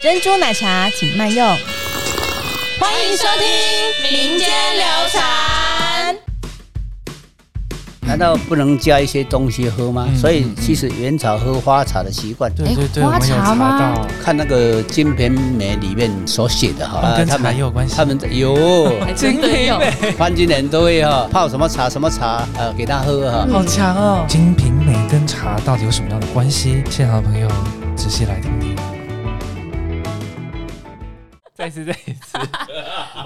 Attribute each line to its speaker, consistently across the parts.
Speaker 1: 珍珠奶茶请慢用。欢迎收听
Speaker 2: 民间流传。
Speaker 3: 难道不能加一些东西喝
Speaker 4: 嗯
Speaker 3: 吗？所以其实元朝喝花茶的习惯，
Speaker 2: 对对对，我
Speaker 4: 花
Speaker 2: 们有
Speaker 4: 茶
Speaker 2: 查
Speaker 4: 吗
Speaker 2: 到，
Speaker 3: 看那个《金瓶梅》里面所写的哈，啊
Speaker 2: 哦跟
Speaker 3: 他
Speaker 2: 茶
Speaker 3: 们
Speaker 2: 有关系
Speaker 3: 他们 有
Speaker 4: 真的有，
Speaker 3: 潘金莲都会哈泡什么茶什么茶呃给他喝哈。
Speaker 4: 嗯
Speaker 2: 好强哦！《金瓶梅》跟茶到底有什么样的关系？现场的朋友仔细来听听。再次，再次，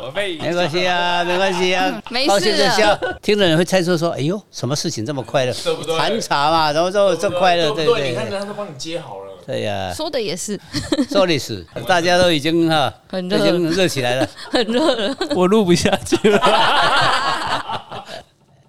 Speaker 2: 我被
Speaker 3: 没关系啊，没关系啊，
Speaker 4: 没事
Speaker 3: 高兴就笑。听的人会猜测说：“哎呦，什么事情这么快乐？
Speaker 5: 对不对
Speaker 3: 谈茶嘛，然后说这快乐，对
Speaker 5: 对
Speaker 3: 不
Speaker 5: 你看
Speaker 3: 对？
Speaker 5: 人家都帮你接好了，
Speaker 3: 对 呀，
Speaker 4: 说的也是，
Speaker 3: 说历史，大家都已经哈，
Speaker 4: 很
Speaker 3: 已
Speaker 4: 热
Speaker 3: 经热起来了。
Speaker 4: 很热了。
Speaker 2: 我录不下去了。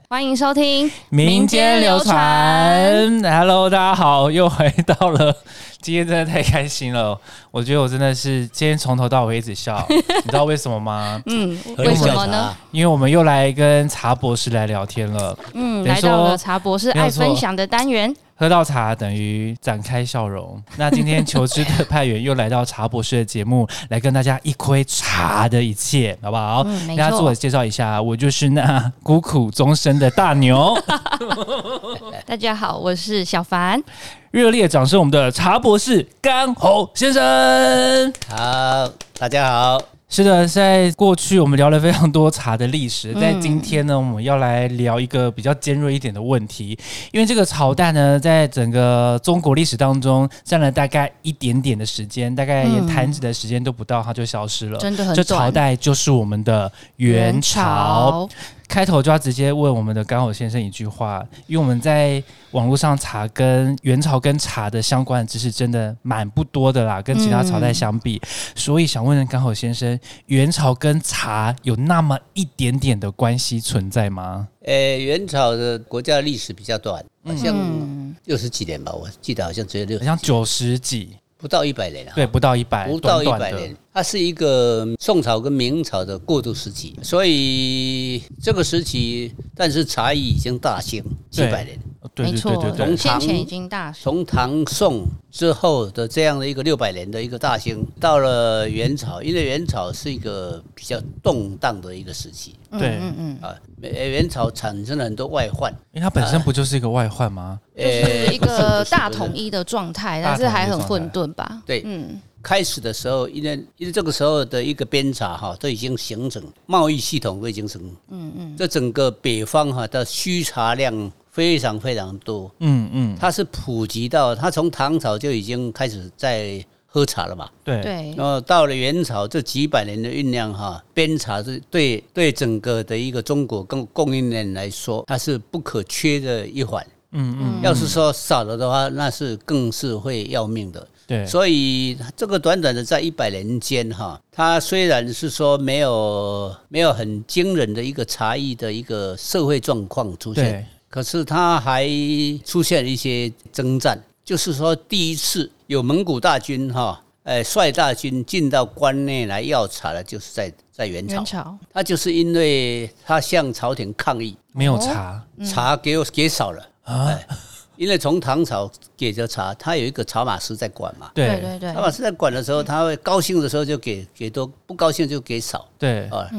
Speaker 4: 欢迎收听
Speaker 2: 民间流传，Hello，大家好，又回到了。今天真的太开心了，我觉得我真的是今天从头到尾一直笑，你知道为什么吗？
Speaker 4: 嗯，
Speaker 3: 喝
Speaker 4: 为什
Speaker 3: 小
Speaker 4: 么
Speaker 3: 茶
Speaker 4: 呢？？
Speaker 2: 因为我们又来跟茶博士来聊天了。
Speaker 4: 嗯，
Speaker 2: 等于
Speaker 4: 来到了
Speaker 2: 说
Speaker 4: 茶博士
Speaker 2: 没有
Speaker 4: 爱
Speaker 2: 错
Speaker 4: 分享的单元。
Speaker 2: 喝到茶等于展开笑容。那今天求知特派员又来到茶博士的节目，来跟大家一窥茶的一切，好不好？
Speaker 4: 嗯没错
Speaker 2: 大家自我介绍一下，我就是那孤苦终生的大牛。
Speaker 4: 大家好，我是小凡。
Speaker 2: 热烈掌声，我们的茶博士甘侯先生。
Speaker 3: 好，大家好，
Speaker 2: 是的，在过去我们聊了非常多茶的历
Speaker 4: 嗯
Speaker 2: 史，嗯在今天呢，我们要来聊一个比较尖锐一点的问题，因为这个朝代呢，在整个中国历史当中占了大概一点点的时间，大概连弹指的时间都不到，它就消失了。
Speaker 4: 嗯真的很
Speaker 2: 这
Speaker 4: 短
Speaker 2: 朝代就是我们的元朝。，开头就要直接问我们的甘口先生一句话，因为我们在网络上查跟元朝跟茶的相关的知识真的蛮不多的啦，跟其他朝代相比，
Speaker 4: 嗯
Speaker 2: 所以想问问甘口先生，元朝跟茶有那么一点点的关系存在吗？
Speaker 3: 呃，元朝的国家历史比较短，好像
Speaker 4: 嗯，
Speaker 3: 六十几年吧，我记得好像只有六
Speaker 2: 好
Speaker 3: 十，
Speaker 2: 像九十几，
Speaker 3: 不到一百年啊。
Speaker 2: 对，不到一百，
Speaker 3: 不到一
Speaker 2: 短
Speaker 3: 百
Speaker 2: 短的
Speaker 3: 年，它是一个宋朝跟明朝的过渡时期，所以这个时期，但是茶艺已经大兴几
Speaker 2: 对
Speaker 3: 百年。
Speaker 2: 对
Speaker 4: 没
Speaker 2: 对对
Speaker 4: 错
Speaker 2: 对，对
Speaker 3: 从
Speaker 4: 先
Speaker 3: 唐
Speaker 4: 前已经大
Speaker 3: 从唐宋之后的这样的一个六百年的一个大兴，到了元朝，因为元朝是一个比较动荡的一个时期
Speaker 2: 对，
Speaker 4: 嗯嗯，
Speaker 3: 啊，呃元朝产生了很多外患，
Speaker 2: 因为它本身不就是一个外患吗？
Speaker 4: 就是一
Speaker 3: 不是
Speaker 4: 个
Speaker 3: 不是
Speaker 4: 大
Speaker 3: 不是
Speaker 4: 统一的状态，
Speaker 2: 大
Speaker 4: 但是还
Speaker 2: 统一
Speaker 4: 很
Speaker 2: 状态
Speaker 4: 混沌吧？
Speaker 3: 对
Speaker 4: 嗯，
Speaker 3: 开始的时候，因为因为这个时候的一个鞭茶哈，都已经形成贸易系统都已经成，嗯嗯，这整个北方哈的需茶量非常非常多，
Speaker 2: 嗯嗯，
Speaker 3: 它是普及到它从唐朝就已经开始在喝茶了嘛，
Speaker 2: 对，
Speaker 4: 对，
Speaker 3: 然后到了元朝这几百年的酝酿哈，鞭茶是对对整个的一个中国供供应链来说，它是不可缺的一环。
Speaker 2: 嗯嗯，
Speaker 3: 要是说少了的话，那是更是会要命的。
Speaker 2: 对，
Speaker 3: 所以这个短短的在一百年间哈，它虽然是说没有没有很惊人的一个茶艺的一个社会状况出
Speaker 2: 对
Speaker 3: 现，可是它还出现一些征战，就是说第一次有蒙古大军哈，呃，率大军进到关内来要茶的，就是在在元朝
Speaker 4: 元，朝，
Speaker 3: 他就是因为他向朝廷抗议，
Speaker 2: 没
Speaker 4: 哦
Speaker 2: 有茶
Speaker 3: 茶给我给少了，
Speaker 2: 啊，
Speaker 3: 因为从唐朝给的茶，他有一个茶马师在管嘛。
Speaker 4: 对
Speaker 2: 对
Speaker 4: 对对
Speaker 3: 他，老师在管的时候，他会高兴的时候就给给多，不高兴就给少
Speaker 2: 对，
Speaker 3: 啊，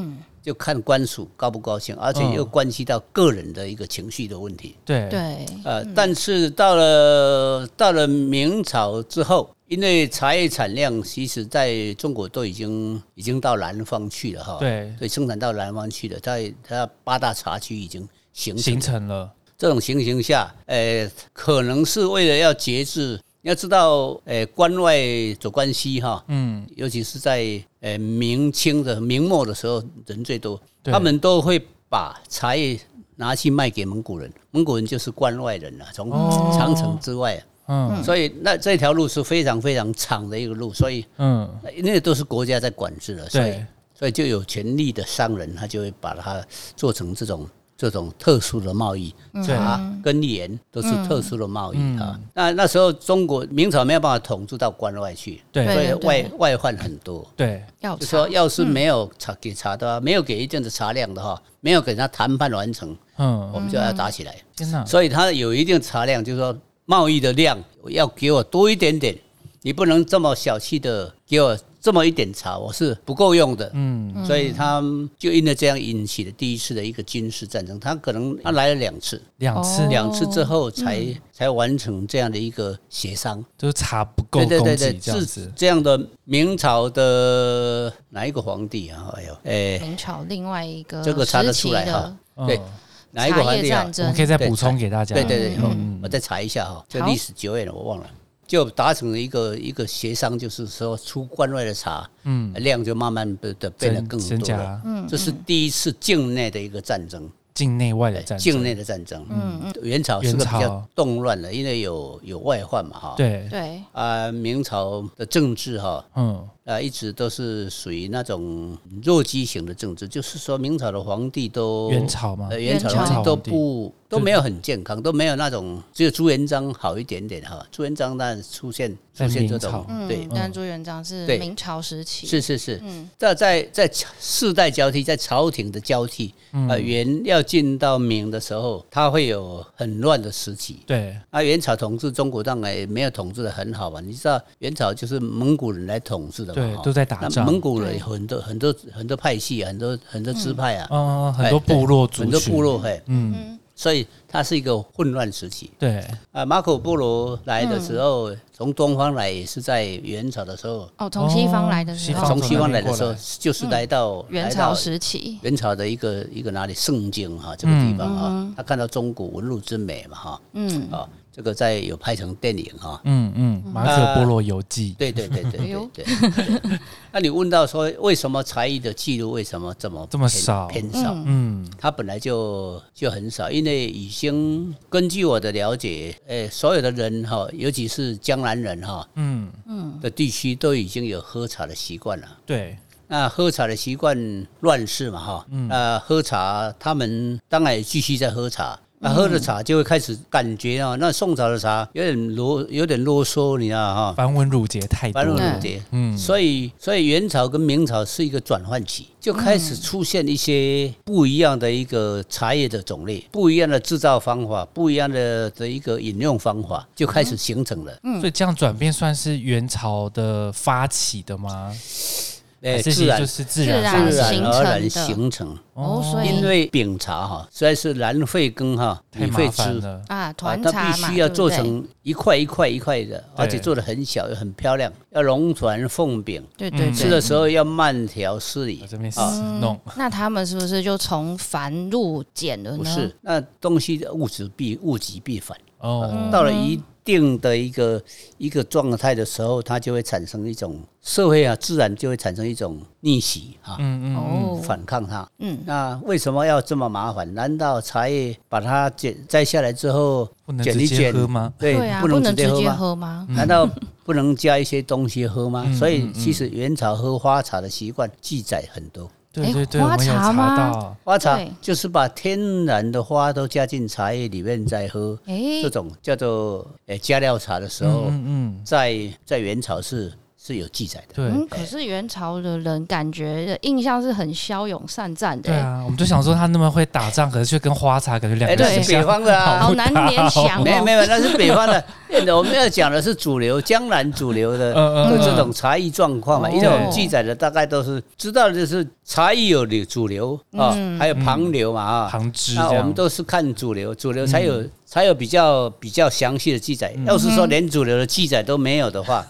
Speaker 3: 就看官署高不高兴，而且又关系到个人的一个情绪的问题。
Speaker 2: 对，
Speaker 4: 对，
Speaker 3: 呃，但是到了到了明朝之后，因为茶叶产量其实在中国都已经已经到南方去了哈，
Speaker 2: 对
Speaker 3: 对，生产到南方去了，在它八大茶区已经形成
Speaker 2: 形成了。
Speaker 3: 这种情形下，呃，可能是为了要节制。你要知道，呃，关外走关西哈，
Speaker 2: 嗯，
Speaker 3: 尤其是在呃明清的明末的时候，人最多，
Speaker 2: 对
Speaker 3: 他们都会把茶叶拿去卖给蒙古人，蒙古人就是关外人了、从长城之外啊、
Speaker 2: 哦嗯
Speaker 3: 所以那这条路是非常非常长的一个路，所以
Speaker 2: 嗯，
Speaker 3: 那都是国家在管制的，所以
Speaker 2: 对，
Speaker 3: 所以就有权力的商人，他就会把它做成这种这种特殊的贸易，
Speaker 2: 对
Speaker 3: 茶跟盐都是特殊的贸易、
Speaker 2: 嗯
Speaker 3: 啊。那那时候中国明朝没有办法统治到关外去，
Speaker 2: 对
Speaker 3: 所以
Speaker 4: 对对
Speaker 3: 外外患很多。
Speaker 2: 对，
Speaker 4: 要
Speaker 3: 就
Speaker 4: 茶
Speaker 3: 说要是没
Speaker 2: 嗯
Speaker 3: 有查给查的话，没有给一定的茶量的话，没有给他谈判完成，我
Speaker 2: 嗯，
Speaker 3: 们就要打起来。
Speaker 2: 天哪，
Speaker 3: 所以他有一定茶量，就是说贸易的量要给我多一点点，你不能这么小气的给我这么一点茶，我是不够用的。
Speaker 2: 嗯，
Speaker 3: 所以他们就因为这样引起了第一次的一个军事战争，他可能他来了两次，
Speaker 2: 两次
Speaker 4: 哦
Speaker 3: 两次之后才、
Speaker 2: 嗯
Speaker 3: 才完成这样的一个协商。
Speaker 2: 就是茶不够
Speaker 3: 对对
Speaker 2: 供
Speaker 3: 对对
Speaker 2: 给，这样
Speaker 3: 是
Speaker 2: 子，
Speaker 3: 这样的明朝的哪一个皇帝啊？哎呦，哎，
Speaker 4: 明朝另外一个
Speaker 3: 这个查得
Speaker 4: 时期
Speaker 3: 出来
Speaker 4: 的
Speaker 3: 哈
Speaker 2: 嗯
Speaker 3: 对哪一个
Speaker 4: 茶
Speaker 3: 皇
Speaker 4: 叶
Speaker 3: 帝啊
Speaker 4: 战？
Speaker 2: 我
Speaker 4: 争
Speaker 2: 们可，以再补充给大家。
Speaker 3: 对对对，
Speaker 4: 嗯
Speaker 3: 哦
Speaker 2: 嗯
Speaker 3: 我再查一下哈，这
Speaker 4: 好
Speaker 3: 历史久远了，我忘了。就达成了一个一个协商，就是说出关外的茶
Speaker 2: 嗯，
Speaker 3: 量就慢慢的变得
Speaker 2: 增
Speaker 3: 更
Speaker 2: 增
Speaker 3: 多了。
Speaker 2: 加
Speaker 4: 嗯
Speaker 3: 这是第一次境内的一个战争，哎
Speaker 2: 境内外的战争，
Speaker 3: 境内的战争。
Speaker 4: 嗯嗯，
Speaker 3: 元朝是个比
Speaker 2: 元
Speaker 3: 较
Speaker 2: 朝
Speaker 3: 动乱的，因为有有外患嘛哈。
Speaker 2: 对，
Speaker 4: 对，
Speaker 3: 啊，明朝的政治哈，
Speaker 2: 嗯
Speaker 3: 啊，一直都是属于那种弱鸡型的政治，就是说明朝的皇帝都
Speaker 2: 元朝嘛
Speaker 3: 呃，元朝的
Speaker 4: 元朝
Speaker 3: 皇帝都
Speaker 2: 皇帝
Speaker 3: 不都没有很健康，都没有那种只有朱元璋好一点点哈。朱元璋那出现
Speaker 2: 在
Speaker 3: 出现
Speaker 2: 明
Speaker 3: 这
Speaker 2: 朝
Speaker 3: 种
Speaker 4: 嗯，
Speaker 3: 对，
Speaker 4: 但朱元璋是
Speaker 3: 对
Speaker 4: 明朝时期，
Speaker 3: 是是是。
Speaker 4: 嗯
Speaker 3: 在在在世代交替，在朝廷的交替，呃，
Speaker 2: 嗯，
Speaker 3: 元要进到明的时候，它会有很乱的时期。
Speaker 2: 对，
Speaker 3: 啊，元朝统治中国当然也没有统治的很好嘛，你知道元朝就是蒙古人来统治的嘛，
Speaker 2: 对
Speaker 3: 哈
Speaker 2: 都在打仗
Speaker 3: 哦那蒙古人
Speaker 4: 对
Speaker 3: 有很多很多很多派系啊，很多很多支派啊，
Speaker 2: 嗯，很
Speaker 3: 哎
Speaker 2: 多
Speaker 3: 对
Speaker 2: 部落族
Speaker 3: 很多
Speaker 2: 群
Speaker 3: 部，落嘿，
Speaker 2: 嗯，
Speaker 4: 嗯
Speaker 3: 所以它是一个混乱时期
Speaker 2: 对，
Speaker 3: 啊。马可波罗来的时
Speaker 2: 嗯
Speaker 3: 候，从东方来也是在元朝的时候，
Speaker 4: 哦，从西方来的时
Speaker 2: 哦西方
Speaker 4: 候，
Speaker 3: 从西方来的时
Speaker 2: 从那边过
Speaker 3: 候
Speaker 2: 来嗯
Speaker 3: 就是来到
Speaker 4: 元
Speaker 3: 来
Speaker 4: 朝
Speaker 3: 到
Speaker 4: 时期，
Speaker 3: 元朝的一个一个哪里圣经哈、这个地
Speaker 2: 嗯
Speaker 3: 方哈、他看到中国文物之美嘛哈
Speaker 4: 嗯，
Speaker 3: 啊，这个在有拍成电影哈、
Speaker 2: 嗯嗯，马可波罗游记，
Speaker 3: 对对对 对
Speaker 4: 哎呦
Speaker 3: 对对。 那你问到说为什么才艺的记录为什么这么
Speaker 2: 这么
Speaker 3: 偏
Speaker 2: 少
Speaker 3: 偏少？
Speaker 4: 嗯
Speaker 2: 嗯，
Speaker 3: 它本来就就很少，因为已经根据我的了解，诶，所有的人哈，尤其是江南人哈
Speaker 2: 嗯，
Speaker 3: 的地区，都已经有喝茶的习惯了。
Speaker 2: 对，
Speaker 3: 那喝茶的习惯乱世嘛哈，那喝茶他们当然也继续在喝茶。那喝了茶就会开始感觉啊，那宋朝的茶有点啰，有点啰嗦，你知道哈，
Speaker 2: 繁文缛节太多
Speaker 3: 繁荣
Speaker 2: 了
Speaker 3: 缛，节，
Speaker 2: 嗯，
Speaker 3: 所以，所以元朝跟明朝是一个转换期，就开
Speaker 4: 嗯
Speaker 3: 始出现一些不一样的一个茶叶的种类，不一样的制造方法，不一样的的一个饮用方法，就开
Speaker 4: 嗯
Speaker 3: 始形成了。
Speaker 2: 所以这样转变算是元朝的发起的吗？
Speaker 3: 哎、
Speaker 2: 还
Speaker 3: 自
Speaker 2: 是其实
Speaker 3: 然
Speaker 2: 就是自
Speaker 4: 自
Speaker 2: 然
Speaker 4: 然
Speaker 2: 发
Speaker 3: 自
Speaker 2: 生
Speaker 3: 然
Speaker 4: 形
Speaker 3: 而然
Speaker 4: 成的
Speaker 3: 形成。
Speaker 4: 哦，所
Speaker 3: 因
Speaker 4: 以
Speaker 3: 为饼茶哈，实在是蓝慧根哈，
Speaker 2: 太
Speaker 3: 李
Speaker 2: 麻
Speaker 3: 慧
Speaker 2: 烦
Speaker 3: 芝。
Speaker 2: 了，
Speaker 4: 啊，
Speaker 3: 啊
Speaker 4: 团，
Speaker 3: 它
Speaker 4: 茶
Speaker 3: 必
Speaker 4: 嘛，
Speaker 3: 须要
Speaker 4: 对不
Speaker 3: 做
Speaker 4: 对
Speaker 3: 成一块一块一块的，而且
Speaker 2: 对
Speaker 3: 做的很小又很漂亮，要龙船凤饼，
Speaker 4: 对对
Speaker 2: 嗯
Speaker 4: 对，
Speaker 3: 吃的时候要慢条斯理
Speaker 2: 我。这边死
Speaker 3: 啊
Speaker 4: 嗯
Speaker 2: 弄，
Speaker 4: 那他们是不是就从繁入简了呢？
Speaker 3: 不是，那东西的物质必物极必反，
Speaker 2: 哦，
Speaker 3: 到了一定的一个一个状态的时候，它就会产生一种社会啊，自然就会产生一种逆袭啊，
Speaker 2: 嗯嗯，
Speaker 4: 哦，
Speaker 3: 反抗它。
Speaker 4: 嗯，
Speaker 3: 那为什么要这么麻烦？难道茶叶把它剪摘下来之后
Speaker 2: 不能
Speaker 3: 剪
Speaker 2: 直
Speaker 3: 一
Speaker 2: 接
Speaker 3: 剪
Speaker 2: 喝吗？
Speaker 3: 对，
Speaker 4: 对啊，
Speaker 3: 不
Speaker 4: 不
Speaker 3: 能
Speaker 4: 能
Speaker 3: 直接
Speaker 4: 直
Speaker 3: 喝
Speaker 4: 接
Speaker 3: 吗？
Speaker 4: 喝吗？
Speaker 3: 难道不能加一些东西喝吗？
Speaker 2: 嗯
Speaker 3: 所
Speaker 2: 嗯
Speaker 3: 以
Speaker 2: 嗯
Speaker 3: 其实元朝喝花茶的习惯记载很多。
Speaker 2: 对
Speaker 4: 哎
Speaker 2: 对对，我
Speaker 4: 花
Speaker 2: 们有
Speaker 4: 茶
Speaker 2: 查
Speaker 4: 吗
Speaker 2: 到，
Speaker 3: 花茶
Speaker 4: 对
Speaker 3: 就是把天然的花都加进茶叶里面再喝，
Speaker 4: 哎
Speaker 3: 这，种叫做呃加料茶的时候，
Speaker 2: 嗯嗯，
Speaker 3: 在在元朝是是有记载的。
Speaker 2: 对
Speaker 4: 嗯，可是元朝的人感觉印象是很骁勇善战的
Speaker 2: 对
Speaker 4: 欸，
Speaker 2: 啊，我们就想说他那么会打仗，可是却跟花茶感觉两
Speaker 3: 哎，
Speaker 2: 个
Speaker 3: 那
Speaker 4: 对
Speaker 2: 是
Speaker 3: 是北
Speaker 2: 相
Speaker 3: 方的啊
Speaker 2: 好。
Speaker 4: 好难联想
Speaker 3: 没有
Speaker 4: 哦
Speaker 3: 没。有，那是北方的。我们要讲的是主流江南主流的 的
Speaker 2: 嗯嗯
Speaker 3: 这种茶艺状况嘛，
Speaker 4: 哦
Speaker 3: 因为我们记载的大概都是知道的就是茶艺有流主流啊
Speaker 4: 嗯，
Speaker 3: 还有旁流嘛啊，
Speaker 2: 嗯旁支
Speaker 3: 那
Speaker 2: 这
Speaker 3: 我
Speaker 2: 样嗯
Speaker 3: 们，都是看主流，主流才有、才有比较比较详细的记载。要是说连主流的记载都没有的 话，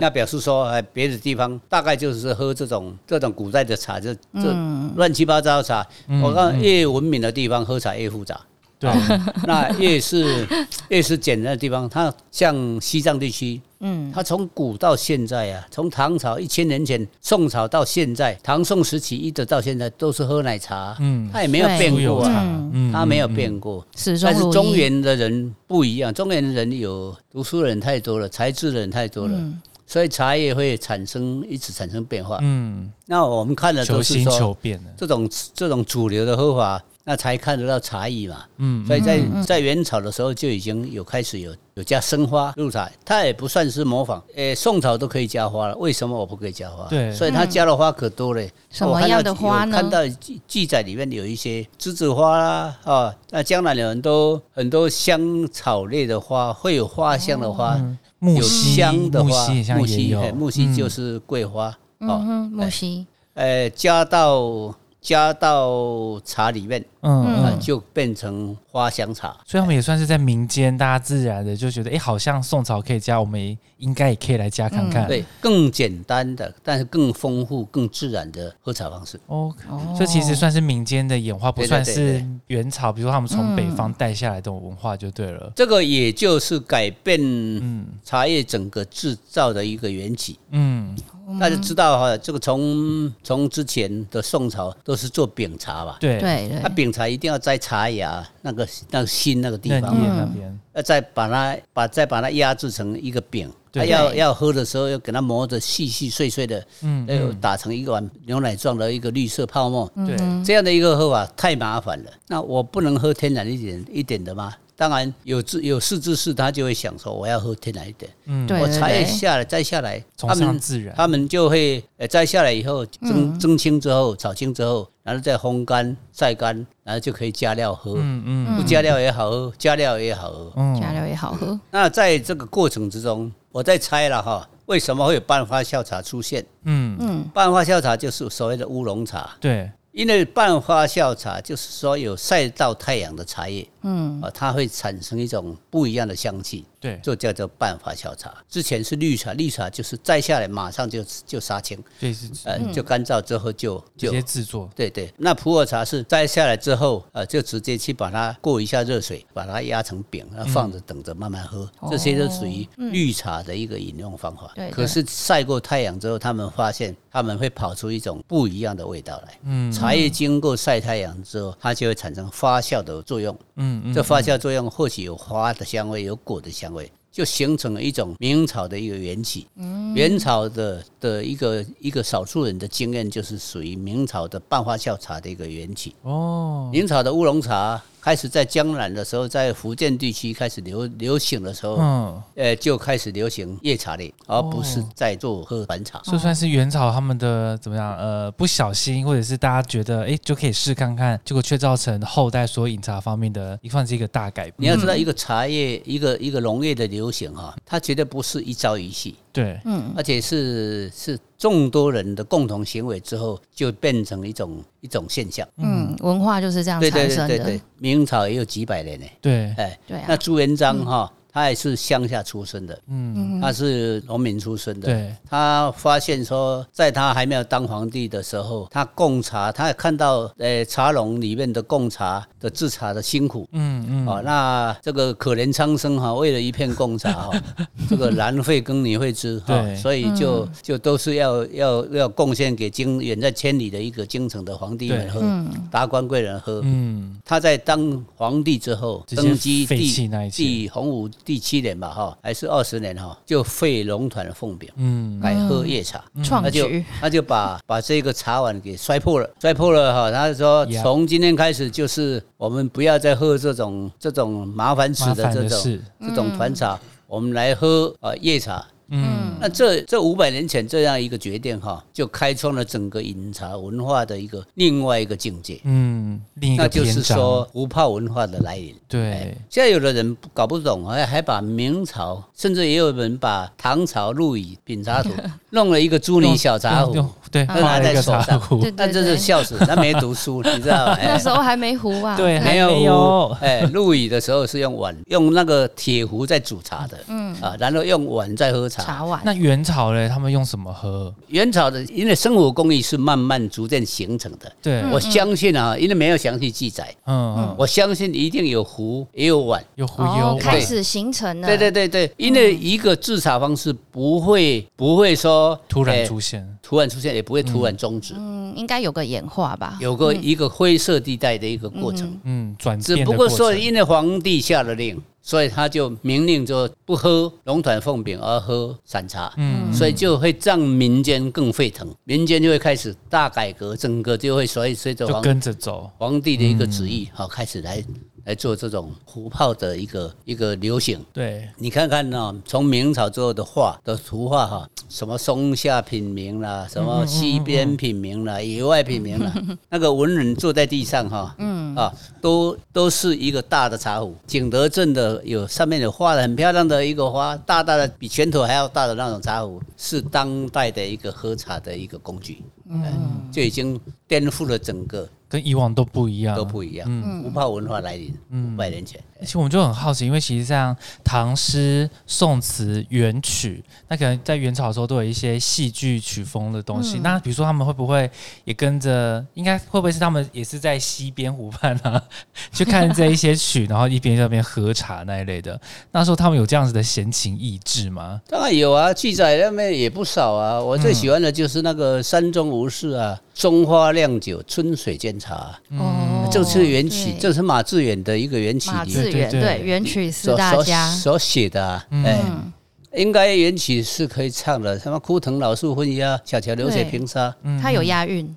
Speaker 3: 那表示说哎，别的地方大概就是喝这种这种古代的茶，就这
Speaker 2: 嗯
Speaker 3: 乱七八糟的茶。我啊看越文明的地方喝茶越复杂，
Speaker 2: 对，
Speaker 3: 那越是越是简单的地方，它像西藏地区。
Speaker 4: 嗯，
Speaker 3: 它从古到现在啊，从唐朝一千年前、宋朝到现在，唐宋时期一直到现在都是喝奶茶，
Speaker 2: 嗯，
Speaker 3: 它也没有
Speaker 4: 对
Speaker 3: 变
Speaker 2: 酥油
Speaker 3: 过
Speaker 2: 茶
Speaker 3: 啊，
Speaker 4: 嗯，
Speaker 2: 嗯
Speaker 3: 它没有
Speaker 2: 嗯
Speaker 3: 变过。
Speaker 4: 始终
Speaker 3: 但是
Speaker 4: 如一
Speaker 3: 中原的人不一样，中原的人有读书的人太多了，才智的人太多了，
Speaker 4: 嗯
Speaker 3: 所以茶叶会产生一直产生变化。
Speaker 2: 嗯，
Speaker 3: 那我们看的
Speaker 2: 求
Speaker 3: 都是
Speaker 2: 新
Speaker 3: 说
Speaker 2: 求变的，
Speaker 3: 这种这种主流的喝法，那才看得到茶艺嘛。
Speaker 2: 嗯，
Speaker 3: 所以在在元朝的时候就已经有开始有有加生花入茶，它也不算是模仿，诶，宋朝都可以加花了，为什么我不可以加花？
Speaker 2: 对嗯
Speaker 3: 所以它加的花可多了。
Speaker 4: 什
Speaker 3: 我
Speaker 4: 么
Speaker 3: 看到
Speaker 4: 样的花
Speaker 3: 有
Speaker 4: 呢？
Speaker 3: 看到记记载里面有一些栀子花啦，哦啊，那江南有很多很多香草类的花，会有花香的花，
Speaker 2: 木
Speaker 3: 有
Speaker 2: 樨
Speaker 3: 香的
Speaker 2: 嗯木
Speaker 3: 话，
Speaker 2: 樨也像
Speaker 3: 木
Speaker 2: 也
Speaker 3: 樨
Speaker 2: 有
Speaker 3: 哎，木樨就
Speaker 2: 嗯
Speaker 3: 是桂花
Speaker 4: 嗯
Speaker 3: 哦，
Speaker 4: 哼，木樨，
Speaker 3: 呃，加到加到茶里面，
Speaker 2: 嗯
Speaker 3: 啊
Speaker 2: 嗯，
Speaker 3: 就变成花香茶。
Speaker 2: 所以他们也算是在民间，大家自然的就觉得，哎、好像宋朝可以加，我们也应该也可以来加看看。
Speaker 3: 嗯对，更简单的，但是更丰富、更自然的喝茶方式。
Speaker 2: ，OK，
Speaker 4: 哦
Speaker 2: 所以其实算是民间的演化，不
Speaker 3: 对对
Speaker 2: 算
Speaker 3: 对
Speaker 2: 是
Speaker 3: 对
Speaker 2: 元朝，比如说他们从北方带下来的文化就对了。
Speaker 3: 这个也就是改变
Speaker 2: 嗯
Speaker 3: 茶叶整个制造的一个缘起。
Speaker 2: 嗯，
Speaker 3: 大家知道哈，这个从从之前的宋朝都是做饼茶吧？
Speaker 2: 对，
Speaker 4: 对
Speaker 3: 那
Speaker 4: 对，
Speaker 3: 饼茶一定要摘茶芽那个那个心那个地
Speaker 2: 嫩
Speaker 3: 方，
Speaker 2: 叶
Speaker 4: 嗯
Speaker 2: 那边，
Speaker 3: 要再把它把再把它压制成一个饼。
Speaker 2: 对
Speaker 3: 它要
Speaker 4: 对
Speaker 3: 要喝的时候，要给它磨得细细碎碎的，
Speaker 2: 嗯，
Speaker 3: 要有
Speaker 2: 嗯
Speaker 3: 打成一个碗牛奶状的一个绿色泡沫。
Speaker 2: 对，
Speaker 4: 嗯
Speaker 3: 这样的一个喝法太麻烦了。那我不能喝天然一点一点的吗？当然有志有识之士，他就会想说我要喝天然一点。
Speaker 2: 嗯，
Speaker 4: 对
Speaker 3: 我茶叶下来摘下来，
Speaker 2: 崇
Speaker 3: 他
Speaker 2: 尚
Speaker 3: 们
Speaker 2: 自然。
Speaker 3: 他们就会呃摘下来以后
Speaker 4: 嗯
Speaker 3: 蒸蒸青之后炒青之后，然后再烘干晒干，然后就可以加料喝。
Speaker 2: 嗯嗯
Speaker 3: 不加料也好喝，加料也好喝。
Speaker 4: 加
Speaker 2: 嗯，
Speaker 4: 料也好喝，
Speaker 3: 那在这个过程之中，我在猜了哈，为什么会有半发酵茶出现？
Speaker 2: 嗯，
Speaker 4: 嗯
Speaker 3: 半发酵茶就是所谓的乌龙茶。
Speaker 2: 对，
Speaker 3: 因为半发酵茶就是说有晒到太阳的茶叶
Speaker 4: 嗯，
Speaker 3: 啊，它会产生一种不一样的香气，
Speaker 2: 对，
Speaker 3: 就叫做半发酵茶。之前是绿茶，绿茶就是摘下来马上就就杀青，
Speaker 2: 这是
Speaker 3: 呃，就干燥之后就就
Speaker 2: 直接制
Speaker 4: 哦
Speaker 2: 作。
Speaker 3: 对对。那普洱茶是摘下来之后，呃，就直接去把它过一下热水，把它压成饼，然
Speaker 4: 嗯
Speaker 3: 后放着等着慢慢喝。这些都属于绿茶的一个饮用方法。
Speaker 4: 哦对对
Speaker 3: 可是晒过太阳之后，他们发现他们会跑出一种不一样的味道来。
Speaker 2: 嗯
Speaker 3: 茶叶经过晒太阳之后，它就会产生发酵的作用。
Speaker 2: 嗯嗯，
Speaker 3: 这发酵作用或许有花的香味，有果的香味，就形成了一种明朝的一个缘起。
Speaker 2: 嗯
Speaker 3: 元朝的的一个一个少数人的经验，就是属于明朝的半发酵茶的一个缘起。
Speaker 2: 哦，
Speaker 3: 明朝的乌龙茶开始在江南的时候，在福建地区开始流流行的时候，
Speaker 2: 嗯，
Speaker 3: 呃，就开始流行叶茶类，而不是在做喝盘茶。
Speaker 2: 所以算是元朝他们的怎么样？呃，不小心，或者是大家觉得哎、诶就可以试看看，结果却造成后代所有饮茶方面的一算是一个大改
Speaker 3: 你
Speaker 2: 变。
Speaker 3: 要知道，一个茶叶，一个一个农业的流行哈、它绝对不是一朝一夕，
Speaker 2: 对，
Speaker 3: 而且是是众多人的共同行为之后，就变成一种一种现象。
Speaker 4: 嗯，文化就是这样
Speaker 3: 对对
Speaker 4: 产生
Speaker 3: 对对
Speaker 4: 的
Speaker 3: 对，，明朝也有几百年呢。
Speaker 2: 对，
Speaker 3: 哎，
Speaker 4: 对啊
Speaker 3: 那，朱元璋哈、他也是乡下出身的，
Speaker 2: 嗯，
Speaker 3: 他是农民出身的。
Speaker 2: 对，
Speaker 3: 他发现说，在他还没有当皇帝的时候，他贡茶，他也看到呃茶农里面的贡茶的制茶的辛苦，
Speaker 2: 嗯嗯，
Speaker 3: 哦，那这个可怜苍生哈、 为了一片贡茶哈、 这个兰会耕你会织哈、
Speaker 2: 对
Speaker 3: 所以就就都是要要要贡献给京远在千里的一个京城的皇帝们喝，达官贵人喝。
Speaker 2: 嗯，
Speaker 3: 他在当皇帝之后，
Speaker 2: 直接
Speaker 3: 登基
Speaker 2: 废
Speaker 3: 第
Speaker 2: 弃那一切
Speaker 3: 第洪武第七年吧，哈，还是二十年哈，就废龙团凤饼，
Speaker 2: 嗯，
Speaker 3: 改喝夜茶。
Speaker 4: 创
Speaker 3: 他就
Speaker 4: 举，
Speaker 3: 他就把把这个茶碗给摔破了，摔破了哈。他说
Speaker 2: Yeah
Speaker 3: 从今天开始，就是我们不要再喝这种这种麻烦死
Speaker 2: 麻
Speaker 3: 的
Speaker 2: 烦
Speaker 3: 这
Speaker 2: 的
Speaker 3: 种
Speaker 2: 是，
Speaker 3: 这种团茶，我们来喝呃夜茶。
Speaker 2: 嗯，
Speaker 3: 那这这五百年前这样一个决定哈，就开创了整个饮茶文化的一个另外一个境界。
Speaker 2: 嗯，另一
Speaker 3: 那
Speaker 2: 个
Speaker 3: 就
Speaker 2: 篇
Speaker 3: 是
Speaker 2: 章，
Speaker 3: 说壶泡文化的来临。哎
Speaker 2: 对，
Speaker 3: 现在有的人搞不懂，还还把明朝，甚至也有人把唐朝陆羽品茶 图弄了一个朱
Speaker 2: 用
Speaker 3: 泥小茶
Speaker 2: 用
Speaker 3: 壶，
Speaker 2: 用对，
Speaker 3: 那
Speaker 2: 画
Speaker 3: 拿
Speaker 2: 了一
Speaker 3: 在
Speaker 2: 个
Speaker 3: 手
Speaker 2: 茶
Speaker 3: 上
Speaker 2: 壶，
Speaker 4: 对
Speaker 3: 那
Speaker 4: 对
Speaker 3: 真是
Speaker 4: 对，
Speaker 3: 笑死，他没读 书，你知道吗？
Speaker 4: 那
Speaker 3: 哎
Speaker 4: 时候还没糊啊，
Speaker 2: 对，还
Speaker 3: 没有
Speaker 2: 没有
Speaker 3: 壶，，哎，陆羽的时候是用碗，用那个铁壶在煮茶的，嗯啊，然后用碗在喝茶。
Speaker 4: 茶碗，
Speaker 2: 那元朝嘞，他们用什么喝？
Speaker 3: 元朝的，因为生活工艺是慢慢逐渐形成的，
Speaker 2: 对，
Speaker 4: 嗯
Speaker 3: 我相信啊，因为没有详细记载，
Speaker 2: 嗯嗯，
Speaker 3: 我相信一定有壶也有碗。
Speaker 2: 有胡
Speaker 4: 哦
Speaker 2: 有，
Speaker 4: 开始形成了，
Speaker 3: 对对对对，因为
Speaker 4: 嗯
Speaker 3: 一个制茶方式不会不会说
Speaker 2: 突然
Speaker 3: 哎
Speaker 2: 出现，
Speaker 3: 突然出现，也不会突然终止，
Speaker 4: 嗯，应该有个演化吧，
Speaker 3: 有个一个灰色地带的一个过程。
Speaker 2: 嗯，转
Speaker 3: 只
Speaker 2: 变
Speaker 3: 不
Speaker 2: 的
Speaker 3: 过
Speaker 2: 过
Speaker 3: 说，
Speaker 2: 程，嗯
Speaker 3: 因为皇帝下了令，所以他就明令说不喝龙团凤饼，而喝散茶。
Speaker 2: 嗯
Speaker 3: 所以就会让民间更沸腾，民间就会开始大改革，整个就会所以随着
Speaker 2: 就
Speaker 3: 皇
Speaker 2: 跟嗯着走，
Speaker 3: 皇帝的一个旨意，好、开始来来做这种壶泡的一个一个流行。
Speaker 2: 对，
Speaker 3: 你看看呢、从明朝之后的画的图画哈、什么松下品茗啦，嗯 什么西边品茗啦，野外品茗啦，那个文人坐在地上哈、嗯，啊，都都是一个大的茶壶。景德镇的有上面有画的很漂亮的一个花，大大的比拳头还要大的那种茶壶，是当代的一个喝茶的一个工具，嗯，就已经颠覆了整个
Speaker 2: 跟以往都不一样，
Speaker 3: 都不一样。
Speaker 4: 嗯
Speaker 3: 无泡文化来临，五百年前，
Speaker 2: 而且我们就很好奇，因为其实像唐诗、宋词、元曲，那可能在元朝的时候都有一些戏剧曲风的东
Speaker 4: 嗯
Speaker 2: 西。那比如说他们会不会也跟着？应该会不会是他们也是在西边湖畔啊， 去看这一些曲，然后一边在那边喝茶那一类的？那时候他们有这样子的闲情逸致吗？
Speaker 3: 当然有啊，记载那边也不少啊。我最喜欢的就是那个山中无事
Speaker 4: 嗯
Speaker 3: 啊，松花酿酒，春水煎茶啊，
Speaker 2: 嗯
Speaker 4: 哦
Speaker 3: 这是元曲，
Speaker 4: 对
Speaker 3: 这是马致远的一个元曲
Speaker 4: 马
Speaker 3: 里
Speaker 4: 致远
Speaker 2: 对对对
Speaker 4: 对元曲四
Speaker 3: 所
Speaker 4: 大
Speaker 3: 所
Speaker 4: 家，
Speaker 3: 所写的啊，哎，
Speaker 4: 嗯，
Speaker 3: 应该元曲是可以唱的，什么枯藤老树昏鸦，小桥流水
Speaker 4: 对
Speaker 3: 平沙，
Speaker 2: 嗯
Speaker 4: 他有押韵，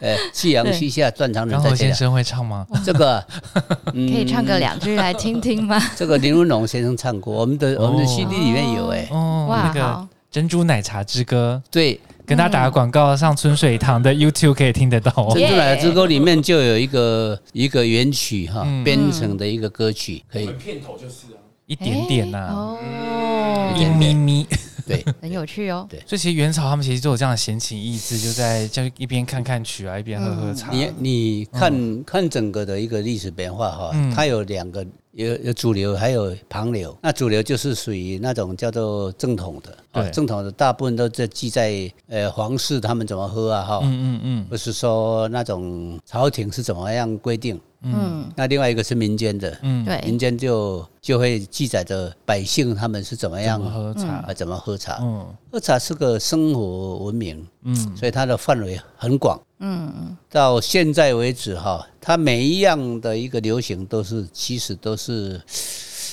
Speaker 3: 哎，夕阳
Speaker 4: 对
Speaker 3: 西下，断肠人
Speaker 2: 刚
Speaker 3: 在
Speaker 2: 侯
Speaker 3: 天
Speaker 2: 先
Speaker 3: 涯。
Speaker 2: 生会唱吗？
Speaker 3: 这个啊
Speaker 4: 可以唱个两句来听听吗？
Speaker 3: 这个林文龙先生唱过，我们的我们的
Speaker 2: 哦
Speaker 3: CD 里面有哎，
Speaker 2: 哦，那
Speaker 4: 哇，
Speaker 2: 个
Speaker 4: 好，嗯
Speaker 2: 珍珠奶茶之歌，
Speaker 3: 对，
Speaker 2: 跟大家打个广告，上春水堂的 YouTube 可以听得到哦。
Speaker 3: 珍珠奶茶之
Speaker 4: Yeah
Speaker 3: 歌里面就有一个一个原曲哈
Speaker 2: 嗯
Speaker 3: 编成的一个歌曲，可以
Speaker 2: 一点点啊呐、
Speaker 4: 哎
Speaker 3: 一
Speaker 4: 哦，
Speaker 2: 一
Speaker 3: 点
Speaker 2: 咪咪。
Speaker 3: 对，
Speaker 4: 很有趣哦。
Speaker 2: 所以其实元朝他们其实都有这样的闲情逸致，就在就一边看看曲啊，一边喝喝茶。
Speaker 3: 你你看看整个的一个历史变化哈
Speaker 2: 嗯，
Speaker 3: 它有两个，有有主流，还有旁流。那主流就是属于那种叫做正统的，啊
Speaker 2: 对
Speaker 3: 正统的大部分都在记在呃皇室他们怎么喝啊哈，
Speaker 2: 嗯嗯
Speaker 3: 不是说那种朝廷是怎么样规定。
Speaker 4: 嗯，
Speaker 3: 那另外一个是民间的，
Speaker 2: 嗯，
Speaker 4: 对
Speaker 3: 民，间就就会记载着百姓他们是怎么
Speaker 2: 怎
Speaker 3: 样
Speaker 2: 么喝茶？
Speaker 3: 啊怎么喝茶。
Speaker 2: 嗯
Speaker 3: 喝茶是个生活文明，
Speaker 2: 嗯
Speaker 3: 所以它的范围很广。
Speaker 4: 嗯，
Speaker 3: 到现在为止哈，它每一样的一个流行都是，其实都是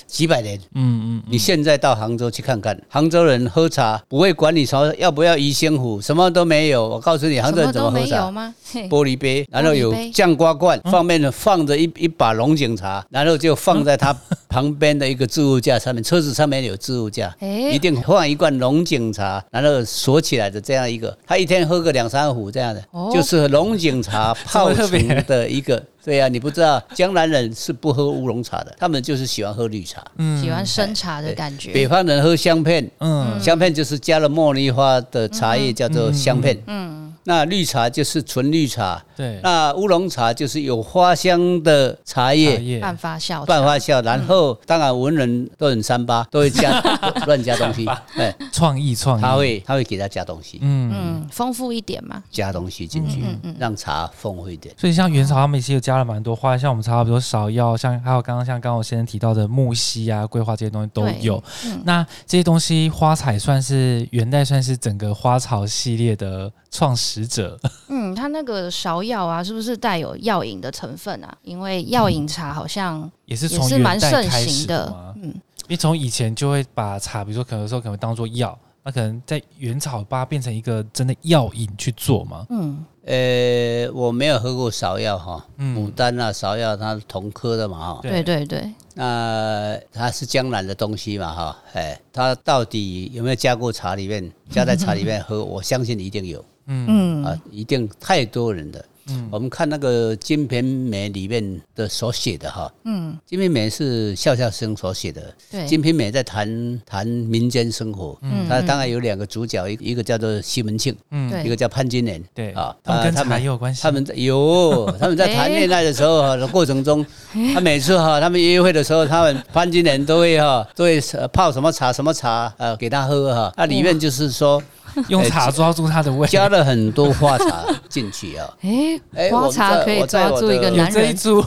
Speaker 3: 几百年。
Speaker 2: 嗯嗯
Speaker 3: 你现在到杭州去看看，杭州人喝茶不会管你说要不要鱼腥壶，什么都没有。我告诉你，杭
Speaker 4: 什
Speaker 3: 州人
Speaker 4: 么
Speaker 3: 怎
Speaker 4: 都
Speaker 3: 么喝
Speaker 4: 没有
Speaker 3: 茶？
Speaker 4: 吗？嘿，
Speaker 3: 玻璃杯，然后有
Speaker 4: 玻璃杯
Speaker 3: 酱瓜罐，上面呢放着一一把龙井茶，然后就放在它旁边的一个置物架上面，车子上面有置物架，
Speaker 4: 哎
Speaker 3: 一定放一罐龙井茶，然后锁起来的这样一个，他一天喝个两三壶这样的，
Speaker 4: 哦
Speaker 3: 就是龙井茶泡
Speaker 2: 特
Speaker 3: 成
Speaker 2: 别
Speaker 3: 的一个。对呀、你不知道，江南人是不喝乌龙茶的，他们就是喜欢喝绿茶。
Speaker 2: 嗯，
Speaker 4: 喜欢生茶的感
Speaker 3: 北
Speaker 4: 觉，
Speaker 3: 方人喝香片，
Speaker 2: 嗯
Speaker 3: 香片就是加了茉莉花的茶叶，叫做香片。
Speaker 4: 嗯，
Speaker 3: 那绿茶就是纯绿茶，
Speaker 2: 对
Speaker 3: 那乌龙茶就是有花香的茶
Speaker 2: 茶
Speaker 3: 叶。
Speaker 2: 叶嗯
Speaker 4: 半发酵茶，
Speaker 3: 半发酵，然后当然文人都很三八，都会 加乱加东西，哎，
Speaker 2: 创意创意，
Speaker 3: 他会他会给他加东西，
Speaker 2: 嗯。
Speaker 4: 嗯，丰富一点嘛，
Speaker 3: 加东西进去
Speaker 4: 嗯嗯嗯，
Speaker 3: 让茶丰富一点。
Speaker 2: 所以像元朝他们其实有加了蛮多花，像我们茶，比如芍药，像还有刚刚像刚刚我先生提到的木樨啊、桂花这些东西都
Speaker 4: 对
Speaker 2: 有。
Speaker 4: 嗯
Speaker 2: 那这些东西花彩算是元代算是整个花草系列的创始者。
Speaker 4: 嗯，它那个芍药啊，是不是带有药引的成分啊？因为药引茶好像
Speaker 2: 也是
Speaker 4: 也
Speaker 2: 从
Speaker 4: 是
Speaker 2: 元
Speaker 4: 蛮
Speaker 2: 代
Speaker 4: 盛
Speaker 2: 开
Speaker 4: 行
Speaker 2: 始的
Speaker 4: 的
Speaker 2: 吗，？
Speaker 4: 嗯，
Speaker 2: 因为从以前就会把茶，比如说可能有时候可能当做药，那可能在元朝把它变成一个真的药引去做嘛。
Speaker 4: 嗯，
Speaker 3: 呃，我没有喝过芍药哈，牡
Speaker 2: 嗯，
Speaker 3: 丹啊，芍药它是同科的嘛哈，
Speaker 4: 对对对，
Speaker 3: 那它是江南的东西嘛哈，哎，它到底有没有加过茶里面，加在茶里面 喝？我相信一定有
Speaker 4: 嗯，
Speaker 3: 啊，一定太多人的。
Speaker 2: 嗯
Speaker 3: 我们看那个《金瓶梅》里面的所写的哈，嗯，《金瓶梅》是笑笑生所写的，
Speaker 4: 对，
Speaker 3: 金瓶梅在谈谈民间生活，
Speaker 4: 哎嗯
Speaker 3: 它
Speaker 4: 嗯
Speaker 3: 当然有两个主角，一一个叫做西门庆，
Speaker 2: 嗯，
Speaker 4: 对。
Speaker 3: 一个叫潘金莲。
Speaker 2: 对
Speaker 3: 啊
Speaker 2: 他们跟
Speaker 3: 啊他
Speaker 2: 茶
Speaker 3: 们
Speaker 2: 也有关系。
Speaker 3: 他们在有他们在谈恋爱的时候哈的过程中，他每次哈他们约会的时候，他们潘金莲都会哈都会呃泡什么茶什么茶呃给他喝哈，那里面就是说
Speaker 2: 用
Speaker 3: 哎
Speaker 2: 茶抓住它的味，
Speaker 3: 加了很多花茶进去啊
Speaker 4: 哎、
Speaker 3: 哎
Speaker 4: 花
Speaker 3: 我
Speaker 4: 茶
Speaker 3: 在
Speaker 4: 可以
Speaker 3: 我在
Speaker 4: 抓
Speaker 3: 我
Speaker 4: 住一个
Speaker 3: 的
Speaker 2: 有
Speaker 4: 男
Speaker 2: 这一
Speaker 4: 人，
Speaker 2: 株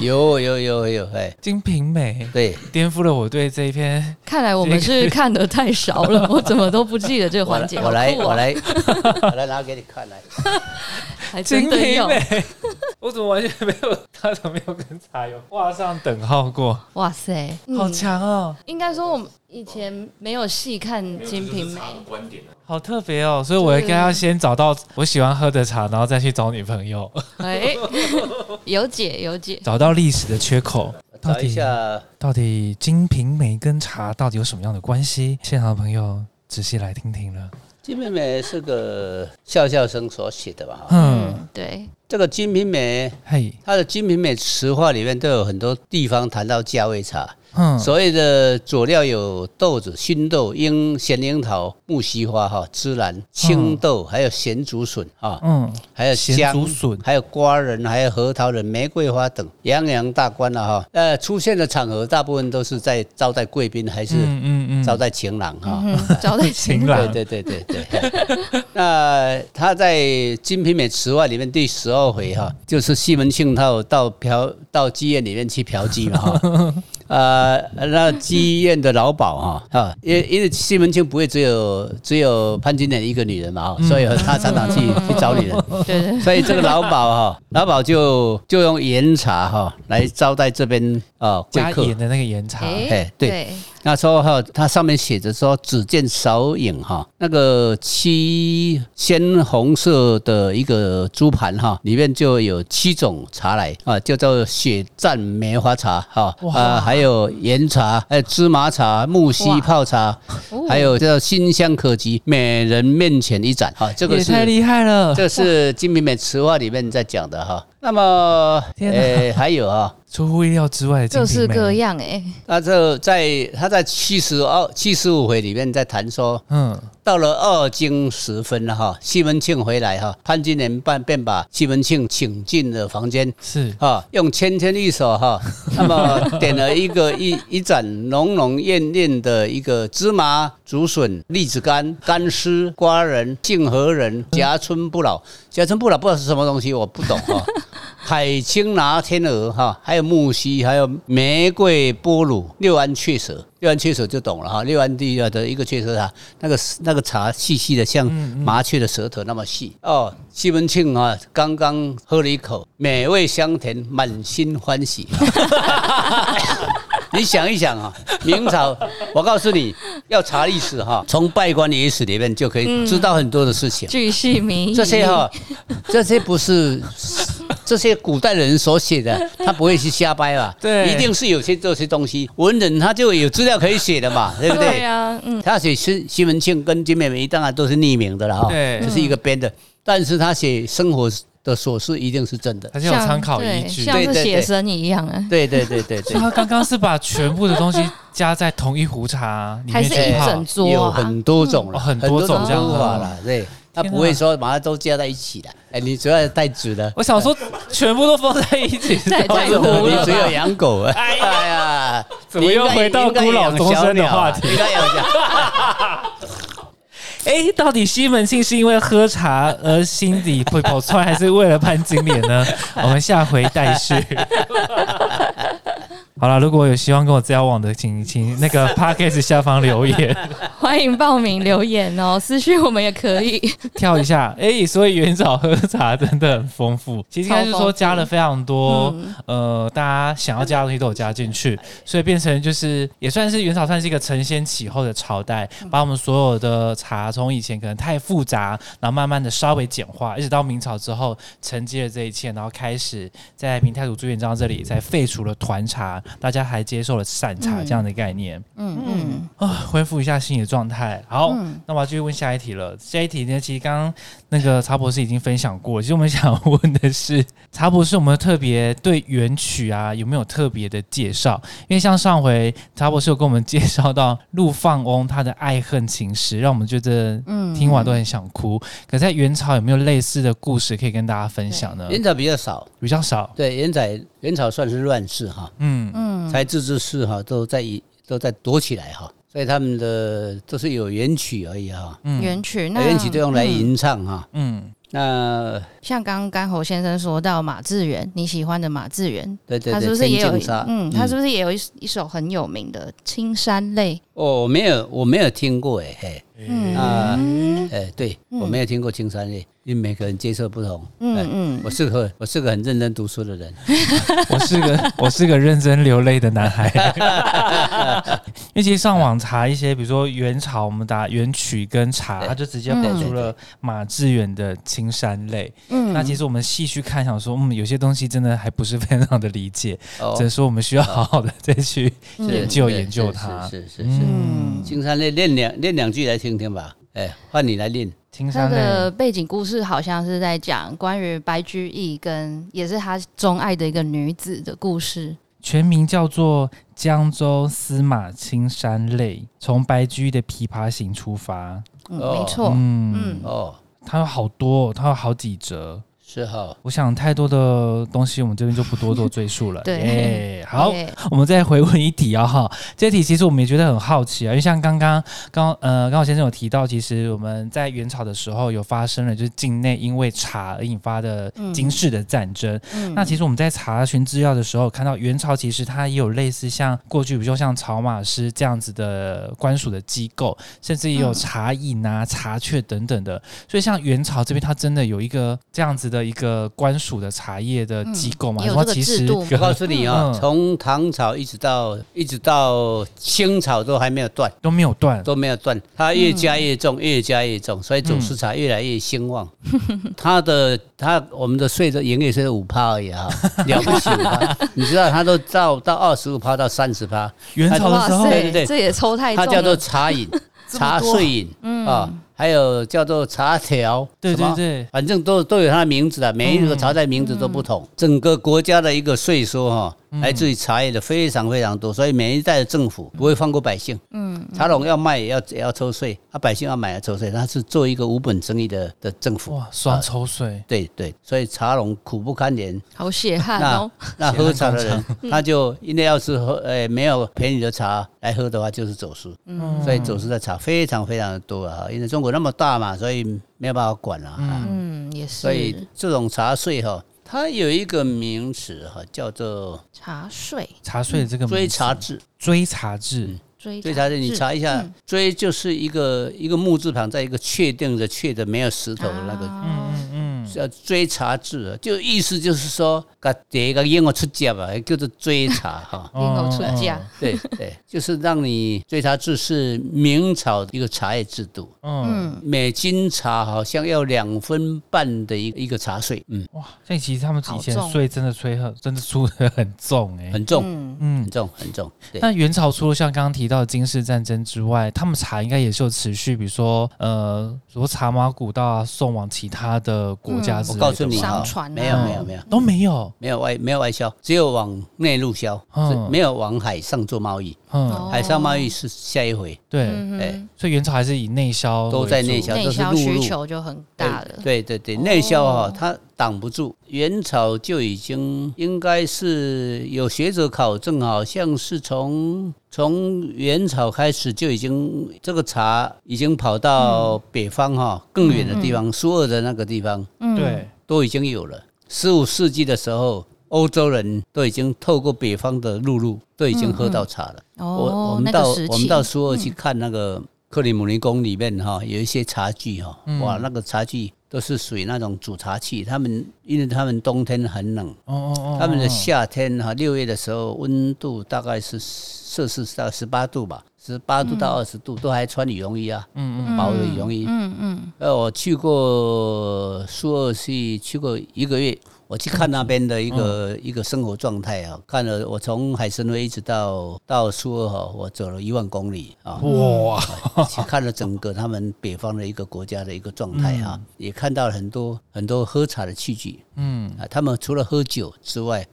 Speaker 3: 有有有有哎，
Speaker 2: 《金瓶梅》，
Speaker 3: 对，
Speaker 2: 颠覆了我对这一篇。
Speaker 4: 看来我们是看的太少了，我怎么都不记得这个
Speaker 3: 我
Speaker 4: 环
Speaker 3: 来
Speaker 4: 节。
Speaker 3: 我来
Speaker 4: 好酷哦
Speaker 3: 我，来我来拿给你看 来。
Speaker 4: 还 真
Speaker 2: 金
Speaker 4: 的
Speaker 2: 瓶
Speaker 4: 有
Speaker 2: 梅，我怎么完全没有，他怎么没有跟茶有画上等号过？
Speaker 4: 哇塞，
Speaker 2: 好
Speaker 4: 嗯，
Speaker 2: 强哦，
Speaker 4: 应该说我们以前没有细看《金瓶梅》，
Speaker 2: 好特别哦！所以我应该要先找到我喜欢喝的茶，然后再去找女朋友，
Speaker 4: 哎，有解有解，
Speaker 2: 找到历史的缺口。到
Speaker 3: 找
Speaker 2: 底
Speaker 3: 一下，
Speaker 2: 到底《金瓶梅》跟茶到底有什么样的关系？现场的朋友仔细来听听了。
Speaker 3: 金妹妹是个笑笑生所写的吧？哈
Speaker 2: 嗯，
Speaker 4: 对，
Speaker 3: 这个《金瓶梅》，
Speaker 2: 嘿，
Speaker 3: 它的《金瓶梅》词话里面都有很多地方谈到加味茶，
Speaker 2: 嗯，
Speaker 3: 所谓的佐料有豆子、熏豆、樱、咸樱桃、木樨花、哈、芝兰、青豆，还有咸竹笋啊，
Speaker 2: 嗯，
Speaker 3: 还有
Speaker 2: 咸
Speaker 3: 姜
Speaker 2: 竹笋，
Speaker 3: 还有瓜仁，还有核桃仁、玫瑰花等，洋洋大观了、哈。呃，出现的场合大部分都是在招待贵宾，还是
Speaker 2: 嗯嗯嗯，
Speaker 3: 招待情郎哈。
Speaker 4: 嗯，招待
Speaker 2: 晴
Speaker 4: 情
Speaker 2: 朗，
Speaker 3: 对对对对对。那他在《金瓶梅》词话里面第十二回哈，就是西门庆他有到嫖到妓院里面去嫖妓嘛 哈。呃，那妓院的老鸨哈啊，因为因为西门庆不会只有只有潘金莲一个女人嘛哈，
Speaker 2: 嗯
Speaker 3: 所以他常常去 去找女人。
Speaker 4: 对对
Speaker 3: 所以这个老鸨哈，老鸨就就用盐茶哈来招待这边啊贵
Speaker 2: 加
Speaker 3: 客。
Speaker 2: 盐的那个盐茶，
Speaker 4: 对，
Speaker 3: 哎对那时候哈，它上面写着说“只见少影”哈，那个七鲜红色的一个猪盘哈，里面就有七种茶来啊，叫做血战梅花茶哈，啊，还有岩茶，还有芝麻茶、木樨
Speaker 4: 哇
Speaker 3: 泡茶，
Speaker 4: 哦
Speaker 3: 还有叫馨香可及，每人面前一盏哈，这个
Speaker 2: 也
Speaker 3: 是
Speaker 2: 太厉害了，
Speaker 3: 这是金瓶梅词话里面在讲的哈。那么，
Speaker 2: 天哪
Speaker 3: 呃，还有啊，
Speaker 2: 出乎意料之外的
Speaker 4: 各式
Speaker 2: 精品美
Speaker 4: 各，样哎，
Speaker 3: 他这在他在七十二、七十五回里面在谈说，
Speaker 2: 嗯，
Speaker 3: 到了二更时分了哈，西门庆回来哈，潘金莲办便把西门庆请进了房间。
Speaker 2: 是，
Speaker 3: 哈，用纤纤玉手哈， 那么点了一个一一盏浓浓艳艳的一个芝麻、竹笋、栗子干、干丝、瓜仁、杏核仁、夹春不老。夹春不老不知道是什么东西，我不懂哈。海青拿天鹅哈，还有木樨，还有玫瑰波乳、六安雀舌。六安雀舌就懂了哈，六安地的一个雀舌茶，那个那个茶细细的，像麻雀的舌头那么细。哦，西门庆啊，刚刚喝了一口，美味香甜，满心欢喜。 你想一想啊，明朝，我告诉你，要查历史哈、从拜官野史里面就可以知道很多的事情。
Speaker 4: 巨细靡遗
Speaker 3: 这些哦 哈、这些不是这些古代人所写的，他不会去瞎掰吧？
Speaker 2: 对
Speaker 3: 一定是有些这些东西，文人他就有资料可以写的嘛，对不对？
Speaker 4: 对啊，嗯，
Speaker 3: 他写西西门庆跟金美梅当然都是匿名的了哈、
Speaker 2: 对
Speaker 3: 这是一个编的，但是他写生活的琐事一定是真的。
Speaker 2: 而且有参考
Speaker 4: 像
Speaker 2: 依
Speaker 4: 对
Speaker 2: 据。
Speaker 4: 像
Speaker 3: 对
Speaker 4: 是
Speaker 3: 对对
Speaker 4: 写生一样啊，
Speaker 3: 对对对对对
Speaker 2: 所以。他刚刚是把全部的东西加在同一壶茶里面
Speaker 4: 还 是
Speaker 2: 去
Speaker 4: 一
Speaker 2: 泡
Speaker 4: 整桌
Speaker 3: 哎有
Speaker 4: 啊，
Speaker 3: 很多种了，
Speaker 2: 哦很多种
Speaker 3: 很
Speaker 2: 这样啊
Speaker 3: 多
Speaker 2: 子
Speaker 3: 种法了，对，他不会说把它都加在一起的。哎，你主要太直了，
Speaker 2: 我想说，全部都放 在一起，
Speaker 4: 太太糊
Speaker 3: 你
Speaker 4: 了
Speaker 3: 只有
Speaker 4: 吧，
Speaker 3: 养狗。哎 呀，
Speaker 2: 怎么又回到孤老终生的话
Speaker 3: 你
Speaker 2: 题？
Speaker 3: 应该养小鸟啊？
Speaker 2: 哎，到底西门庆是因为喝茶而心底会跑窜，还是为了潘金莲呢？我们下回待续。好了，如果有希望跟我交往的，请请那个 p a c k a g e 下方留言，
Speaker 4: 欢迎报名留言哦， 私讯我们也可以，
Speaker 2: 跳一下。 哎、所以元早喝茶真的很丰富，其实应该是
Speaker 4: 超丰
Speaker 2: 说
Speaker 4: 富
Speaker 2: 加了非常多，
Speaker 4: 嗯
Speaker 2: 呃，大家想要加的东西都有加进去，所以变成就是也算是元朝算是一个承先启后的朝代，
Speaker 4: 嗯
Speaker 2: 把我们所有的茶从以前可能太复杂，然后慢慢的稍微简化，一直到明朝之后承接了这一切，然后开始在明太祖朱元璋这里才废除了团茶，大家还接受了散茶这样的概念。
Speaker 4: 嗯嗯，
Speaker 2: 啊、恢复一下心理状态。好，那我要继续问下一题了。下一题呢，其实刚刚那个查博士已经分享过，其实我们想问的是，查博士有没有特别对原曲啊有没有特别的介绍？因为像上回查博士有跟我们介绍到陆放翁他的爱恨情史，让我们觉得
Speaker 4: 嗯
Speaker 2: 听完都很想哭。可在元朝有没有类似的故事可以跟大家分享呢？
Speaker 3: 元朝比较少，
Speaker 2: 比较少，
Speaker 3: 对，元朝元朝算是乱世哈，
Speaker 2: 嗯，
Speaker 3: 才治之士哈都在一都在躲起来哈，所以他们的都是有元曲而已哈，
Speaker 4: 原曲那
Speaker 3: 元曲都用来
Speaker 4: 嗯
Speaker 3: 吟唱哈。
Speaker 2: 嗯，
Speaker 3: 那
Speaker 4: 像刚刚甘侯先生说到马致远，你喜欢的马致远，
Speaker 3: 对对
Speaker 4: 他是不
Speaker 3: 对，
Speaker 4: 是
Speaker 3: 天
Speaker 4: 也有
Speaker 3: 净
Speaker 4: 一
Speaker 3: 沙，
Speaker 4: 嗯，他是不是也有一一首很有名的《青山泪
Speaker 3: 哦，我没有，我没有听过哎，嘿，》？
Speaker 4: 嗯
Speaker 3: 啊，哎，对我没有听过青山夜，因为每个人接受不同。哎
Speaker 4: 嗯
Speaker 3: 我是个我是个很认真读书的人，
Speaker 2: 我 是个我是个认真流泪的男孩，因为其实上网查一些，比如说元朝，我们打元曲跟茶，
Speaker 3: 对嗯
Speaker 2: 它就直接跑出了马致远的《青山泪》。
Speaker 4: 嗯
Speaker 2: 那其实我们细去看，想说，嗯，有些东西真的还不是非常的理解，只
Speaker 3: 哦
Speaker 2: 能，说我们需要好好的再去
Speaker 3: 是
Speaker 4: 嗯
Speaker 2: 研究
Speaker 3: 是
Speaker 2: 研究
Speaker 3: 是
Speaker 2: 它。
Speaker 3: 是是是是。
Speaker 2: 嗯，
Speaker 3: 青山夜练两练两句来听听吧。哎，换你来念。
Speaker 2: 听
Speaker 4: 他
Speaker 2: 上类
Speaker 4: 的背景故事好像是在讲关于白居易跟也是他钟爱的一个女子的故事。
Speaker 2: 全名叫做《江州司马青山泪》，从白居易的《琵琶行》出发。
Speaker 4: 嗯，
Speaker 3: 哦
Speaker 4: 没错，
Speaker 2: 嗯，
Speaker 3: 哦，
Speaker 2: 它有好多哦，它有好几折。
Speaker 3: 是 哈，
Speaker 2: 我想太多的东西，我们这边就不多做赘述了。
Speaker 4: 对
Speaker 2: 耶好，
Speaker 4: 耶
Speaker 2: 我们再回问一题啊哈，这题其实我们也觉得很好奇啊，因为像刚刚刚呃刚好先生有提到，其实我们在元朝的时候有发生了就是境内因为茶而引发的经世的战争。
Speaker 4: 嗯
Speaker 2: 那其实我们在查询资料的时候，看到元朝其实它也有类似像过去，比如说像草马师这样子的官署的机构，甚至也有
Speaker 4: 嗯
Speaker 2: 茶饮啊、茶雀等等的。所以像元朝这边，它真的有一个这样子的一个官署的茶叶的机构嘛？
Speaker 4: 嗯有
Speaker 2: 说
Speaker 4: 这个
Speaker 2: 其
Speaker 4: 制
Speaker 2: 实
Speaker 4: 度
Speaker 3: 我告诉你啊、从
Speaker 2: 嗯
Speaker 3: 唐朝一直到一直到清朝都还没有断，
Speaker 2: 都没有断。
Speaker 3: 都没有断，它越加越重，越加越重，所以总市场越来越兴旺。
Speaker 2: 嗯
Speaker 3: 它的它我们的税的营业税五趴而已 啊，了不起啊！你知道它都到到二十五趴到三十趴，
Speaker 2: 元朝的时
Speaker 4: 哇，
Speaker 2: 候
Speaker 4: 塞
Speaker 3: 对对对
Speaker 4: 这也抽太重
Speaker 3: 它
Speaker 4: 了，
Speaker 3: 叫做茶饮、茶税饮啊，还有叫做茶条，
Speaker 2: 嗯对
Speaker 3: 什么
Speaker 2: 对对，
Speaker 3: 反正都都有它的名字了，每一个朝代名字都不同。整个国家的一个税收哈、来自于茶叶的非常非常多，所以每一代的政府不会放过百姓。嗯，茶农要卖也要也要抽税，啊，百姓要买要抽税，它是做一个无本生意的的政府。
Speaker 2: 哇，双抽水，
Speaker 3: 对对，所以茶农苦不堪言，
Speaker 4: 好血汗
Speaker 3: 那
Speaker 4: 哦。
Speaker 3: 那喝茶的
Speaker 2: 血汗
Speaker 3: 人，他就因为要是喝呃没有便宜的茶来喝的话，就是走私。
Speaker 2: 嗯
Speaker 3: 所以走私的茶非常非常的多啊，因为中国那么大嘛，所以没有办法管了、啊。
Speaker 4: 嗯，也是。
Speaker 3: 所以这种茶税哈，它有一个名词哈，叫做
Speaker 4: 茶税
Speaker 2: 茶税的这个
Speaker 3: 嗯追
Speaker 2: 名字
Speaker 3: 茶制。
Speaker 2: 追茶制，
Speaker 4: 追
Speaker 3: 追茶制，你
Speaker 4: 制
Speaker 3: 查一下，
Speaker 4: 嗯
Speaker 3: 追就是一个一个木字旁，在一个确定的确的没有石头的那个。
Speaker 4: 啊
Speaker 2: 嗯嗯，。
Speaker 3: 叫追茶制啊，就意思就是说，把这个烟我出家吧，叫做追茶哈
Speaker 4: 领口出
Speaker 3: 嗯
Speaker 4: 家
Speaker 2: 哦，
Speaker 3: 对对，就是让你追茶制是明朝的一个茶叶制度，
Speaker 2: 嗯，
Speaker 4: 嗯，
Speaker 3: 每斤茶好像要两分半的一一个茶税，嗯，
Speaker 2: 哇，所以其实他们以前
Speaker 4: 好重
Speaker 2: 税真的吹很，真的出的很重哎，
Speaker 3: 很重，
Speaker 4: 嗯
Speaker 2: 嗯
Speaker 3: 很。重，很重。对。
Speaker 2: 那元朝除了像刚刚提到的金氏战争之外，他们茶应该也是有持续，比如说呃，比如说茶马古道啊，送往其他的国家
Speaker 4: 嗯
Speaker 2: 之
Speaker 3: 我
Speaker 2: 类的吧、
Speaker 3: 告诉你
Speaker 4: 商
Speaker 3: 啊，
Speaker 4: 船啊
Speaker 3: 没有没有没有
Speaker 2: 都没有，
Speaker 3: 没有外没有外销，只有往内陆销，
Speaker 2: 嗯
Speaker 3: 是没有往海上做贸易。
Speaker 2: 嗯，
Speaker 4: 哦
Speaker 3: 海上贸易是下一回，
Speaker 2: 对，
Speaker 4: 嗯
Speaker 3: 哎
Speaker 4: 哼，
Speaker 2: 所以元朝还是以内销
Speaker 3: 都
Speaker 2: 为
Speaker 3: 在
Speaker 2: 主
Speaker 3: 内销
Speaker 4: 内销
Speaker 3: 都是陆路
Speaker 4: 需求就很大了。
Speaker 3: 对对对，
Speaker 4: 哦
Speaker 3: 内销哈，它挡不住。元朝就已经应该是有学者考证，好像是从从元朝开始就已经这个茶已经跑到北方哈更远的地方，苏俄的那个地方
Speaker 4: 嗯，
Speaker 2: 对，
Speaker 3: 都已经有了。十五世纪的时候，欧洲人都已经透过北方的陆路都已
Speaker 4: 嗯
Speaker 3: 经喝到茶了。我我
Speaker 4: 哦，
Speaker 3: 们
Speaker 4: 那
Speaker 3: 到、
Speaker 4: 个时期，嗯
Speaker 3: 我们到苏俄去看那个克里姆林宫里面哈、有一些茶具哈、
Speaker 2: 嗯
Speaker 3: 哇，那个茶具都是属于那种煮茶器。他们因为他们冬天很冷，
Speaker 2: 哦哦哦，
Speaker 3: 他们的夏天哈、六月的时候温度大概是摄氏到十八度吧，十八度到二十度、都还穿羽绒衣啊，
Speaker 2: 嗯嗯
Speaker 4: 嗯
Speaker 3: 薄的羽绒衣。
Speaker 4: 嗯嗯，
Speaker 3: 呃，我去过苏俄去去过一个月，我去看那边的一个、
Speaker 2: 嗯
Speaker 3: 一个生活状态啊，看了我从海参崴一直到到苏俄哈，我走了一万公里啊，
Speaker 2: 哇，
Speaker 3: 去看了整个他们北方的一个国家的一个状态啊，也看到了很多很多喝茶的器具
Speaker 2: 嗯
Speaker 3: 啊，他们除了喝酒之外。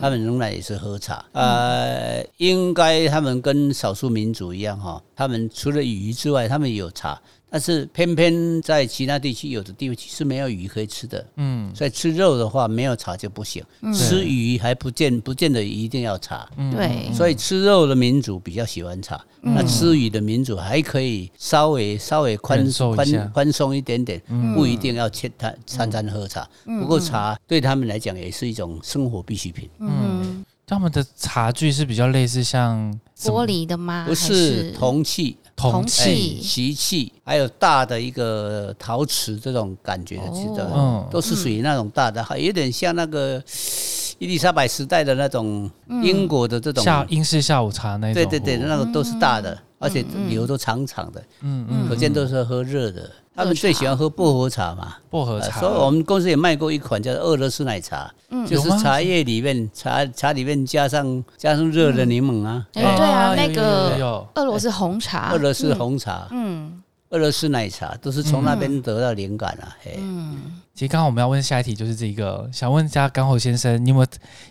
Speaker 3: 他们仍然也是喝茶，
Speaker 2: 嗯
Speaker 3: 呃，应该他们跟少数民族一样哈、他们除了鱼之外，他们也有茶，但是偏偏在其他地区，有的地区是没有鱼可以吃的，
Speaker 2: 嗯
Speaker 3: 所以吃肉的话没有茶就不行，吃鱼还不见不见得一定要茶，
Speaker 2: 嗯，
Speaker 4: 对
Speaker 3: 所以吃肉的民族比较喜欢茶，那吃鱼的民族还可以稍微稍微宽
Speaker 2: 忍受一下
Speaker 3: 宽宽松一点点，不一定要切餐餐餐喝茶。不过茶对他们来讲也是一种生活必需品，
Speaker 4: 嗯，
Speaker 2: 他们的茶具是比较类似像什么
Speaker 4: 玻璃的吗？
Speaker 3: 不
Speaker 4: 啊还
Speaker 3: 是铜哎器、
Speaker 2: 铜
Speaker 4: 铜
Speaker 2: 器
Speaker 4: 器
Speaker 3: 习器，还有大的一个陶瓷这种感觉的制造，
Speaker 2: 哦嗯
Speaker 3: 都是属于那种大的，还有点像那个伊丽莎白时代的那种英国的这种，
Speaker 2: 下英式下午茶那种，
Speaker 3: 对对对，那个都是大的，而且流都长长的，
Speaker 2: 嗯嗯，
Speaker 3: 可见都是喝热的。他们最喜欢喝薄荷茶嘛，
Speaker 2: 薄荷
Speaker 3: 啊
Speaker 2: 嗯茶，嗯
Speaker 3: 所以我们公司也卖过一款叫俄罗斯奶茶，就是
Speaker 2: 有吗
Speaker 3: 茶叶里面茶茶里面加上加上热的柠檬啊，
Speaker 4: 哎，对啊，
Speaker 2: 哦
Speaker 4: 那
Speaker 2: 有有有
Speaker 4: 个
Speaker 2: 有
Speaker 3: 哎
Speaker 4: 俄罗斯红茶，
Speaker 3: 俄罗斯红茶，
Speaker 4: 嗯，
Speaker 3: 俄罗斯奶茶都是从那边得到灵感啊。
Speaker 2: 嗯
Speaker 3: 嘿，
Speaker 4: 嗯
Speaker 2: 其实刚刚我们要问下一题就是这个，想问一下刚好先生，你有没有？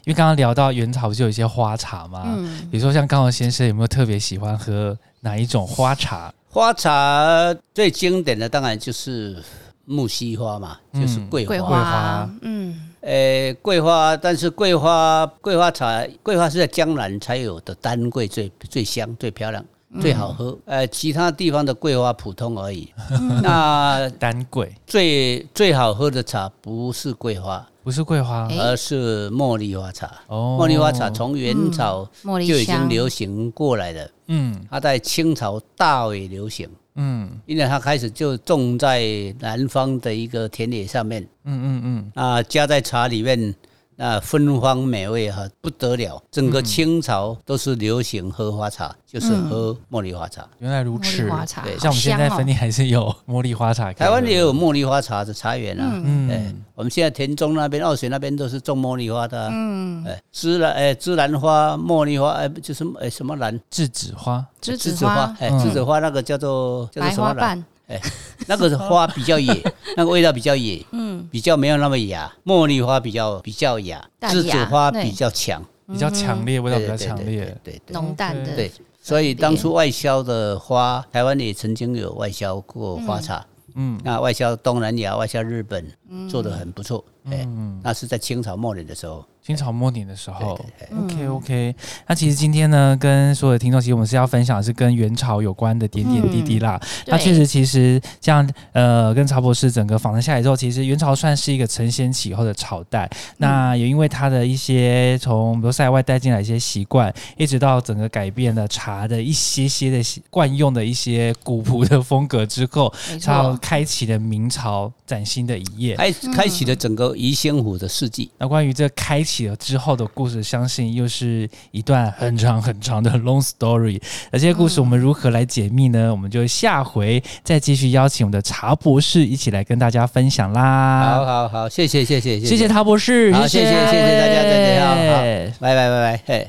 Speaker 2: 因为刚刚聊到原草就有一些花茶
Speaker 3: 啊
Speaker 2: 嘛，
Speaker 4: 嗯
Speaker 2: 比如说像刚好先生有没有特别喜欢喝哪一种花茶？
Speaker 3: 花茶最经典的当然就是木樨花嘛，就是
Speaker 2: 嗯
Speaker 3: 桂花。
Speaker 4: 桂
Speaker 2: 花
Speaker 4: 花，嗯
Speaker 3: 呃，桂花，但是桂花桂花茶，桂花是在江南才有的丹桂最最香、最漂亮、最好喝。呃，其他地方的桂花普通而已。那
Speaker 2: 丹桂
Speaker 3: 最最好喝的茶不是桂花，
Speaker 2: 不是桂花
Speaker 4: 诶
Speaker 3: 而是茉莉花茶。
Speaker 2: 哦，
Speaker 3: 茉莉花茶从元朝
Speaker 4: 茉莉
Speaker 3: 就已经
Speaker 4: 香
Speaker 3: 流行过来了，
Speaker 2: 嗯
Speaker 3: 它在清朝大为流行，
Speaker 2: 嗯
Speaker 3: 因为它开始就种在南方的一个田野上面。
Speaker 2: 嗯嗯嗯，
Speaker 3: 啊，加在茶里面，那芬芳美味哈、不得了。整个清朝都是流行喝花茶，
Speaker 4: 嗯
Speaker 3: 就是喝茉莉花茶。
Speaker 2: 原来如
Speaker 4: 茉莉
Speaker 2: 此。
Speaker 4: 花茶，哦
Speaker 3: 对
Speaker 2: 像我们现在芬
Speaker 4: 店，
Speaker 2: 尼还是有茉莉花茶可以喝，
Speaker 3: 台湾也有茉莉花茶的茶园啊，
Speaker 4: 嗯
Speaker 2: 嗯
Speaker 3: 哎、我们现在田中那边、二水那边都是种茉莉花的、啊。
Speaker 4: 嗯，
Speaker 3: 哎，芝兰哎，芝兰花、茉莉花哎，就是哎什么兰？
Speaker 2: 栀子花，
Speaker 4: 栀
Speaker 3: 栀
Speaker 4: 子
Speaker 3: 子花
Speaker 4: 花，
Speaker 3: 哎，
Speaker 2: 嗯
Speaker 3: 栀子花那个叫做叫做
Speaker 4: 白
Speaker 3: 什么
Speaker 4: 花
Speaker 3: 兰？
Speaker 4: 瓣，
Speaker 3: 那个花比较野， 那个味道比较野，
Speaker 4: 嗯，
Speaker 3: 比较没有那么雅。茉莉花比较比较雅，
Speaker 4: 淡
Speaker 3: 栀子
Speaker 4: 雅
Speaker 3: 花
Speaker 4: 对
Speaker 3: 比较强，
Speaker 2: 比
Speaker 4: 嗯
Speaker 2: 较强烈，味道比
Speaker 3: 对
Speaker 2: 较
Speaker 3: 对
Speaker 2: 强
Speaker 3: 对
Speaker 2: 烈。
Speaker 3: 对对对。
Speaker 4: 浓淡的，
Speaker 3: 对，所以当初外销的花，台湾也曾经有外销过花茶，
Speaker 2: 嗯
Speaker 3: 那外销东南亚、外销日本，做得很不错。哎、
Speaker 2: 嗯，
Speaker 3: 那是在清朝末年的时候。
Speaker 2: 清朝末年的时候。
Speaker 3: 对对对
Speaker 4: 嗯
Speaker 2: OK OK，那其实今天呢，跟所有的听众，其实我们是要分享的是跟元朝有关的点点滴
Speaker 4: 嗯
Speaker 2: 滴啦。那确实，其实这样呃，跟曹博士整个访谈下来之后，其实元朝算是一个承先启后的朝代。
Speaker 4: 嗯
Speaker 2: 那也因为他的一些从比如塞外带进来一些习惯，一直到整个改变了茶的一些些的习惯用的一些古朴的风格之后，
Speaker 4: 没
Speaker 2: 才
Speaker 4: 错，
Speaker 2: 开启了明朝崭新的一页。
Speaker 3: 开开启了整个宜兴府的世纪。
Speaker 2: 那关于这开启了之后的故事，相信又是一段很长很长的 long story。那这些故事我们如何来解密呢？我们就下回再继续邀请我们的茶博士一起来跟大家分享
Speaker 3: 好
Speaker 2: 啦。
Speaker 3: 好啊好，谢谢谢谢
Speaker 2: 谢谢，茶博士，
Speaker 3: 好谢谢谢谢大家再见好好
Speaker 2: 谢
Speaker 3: 拜拜拜拜嘿。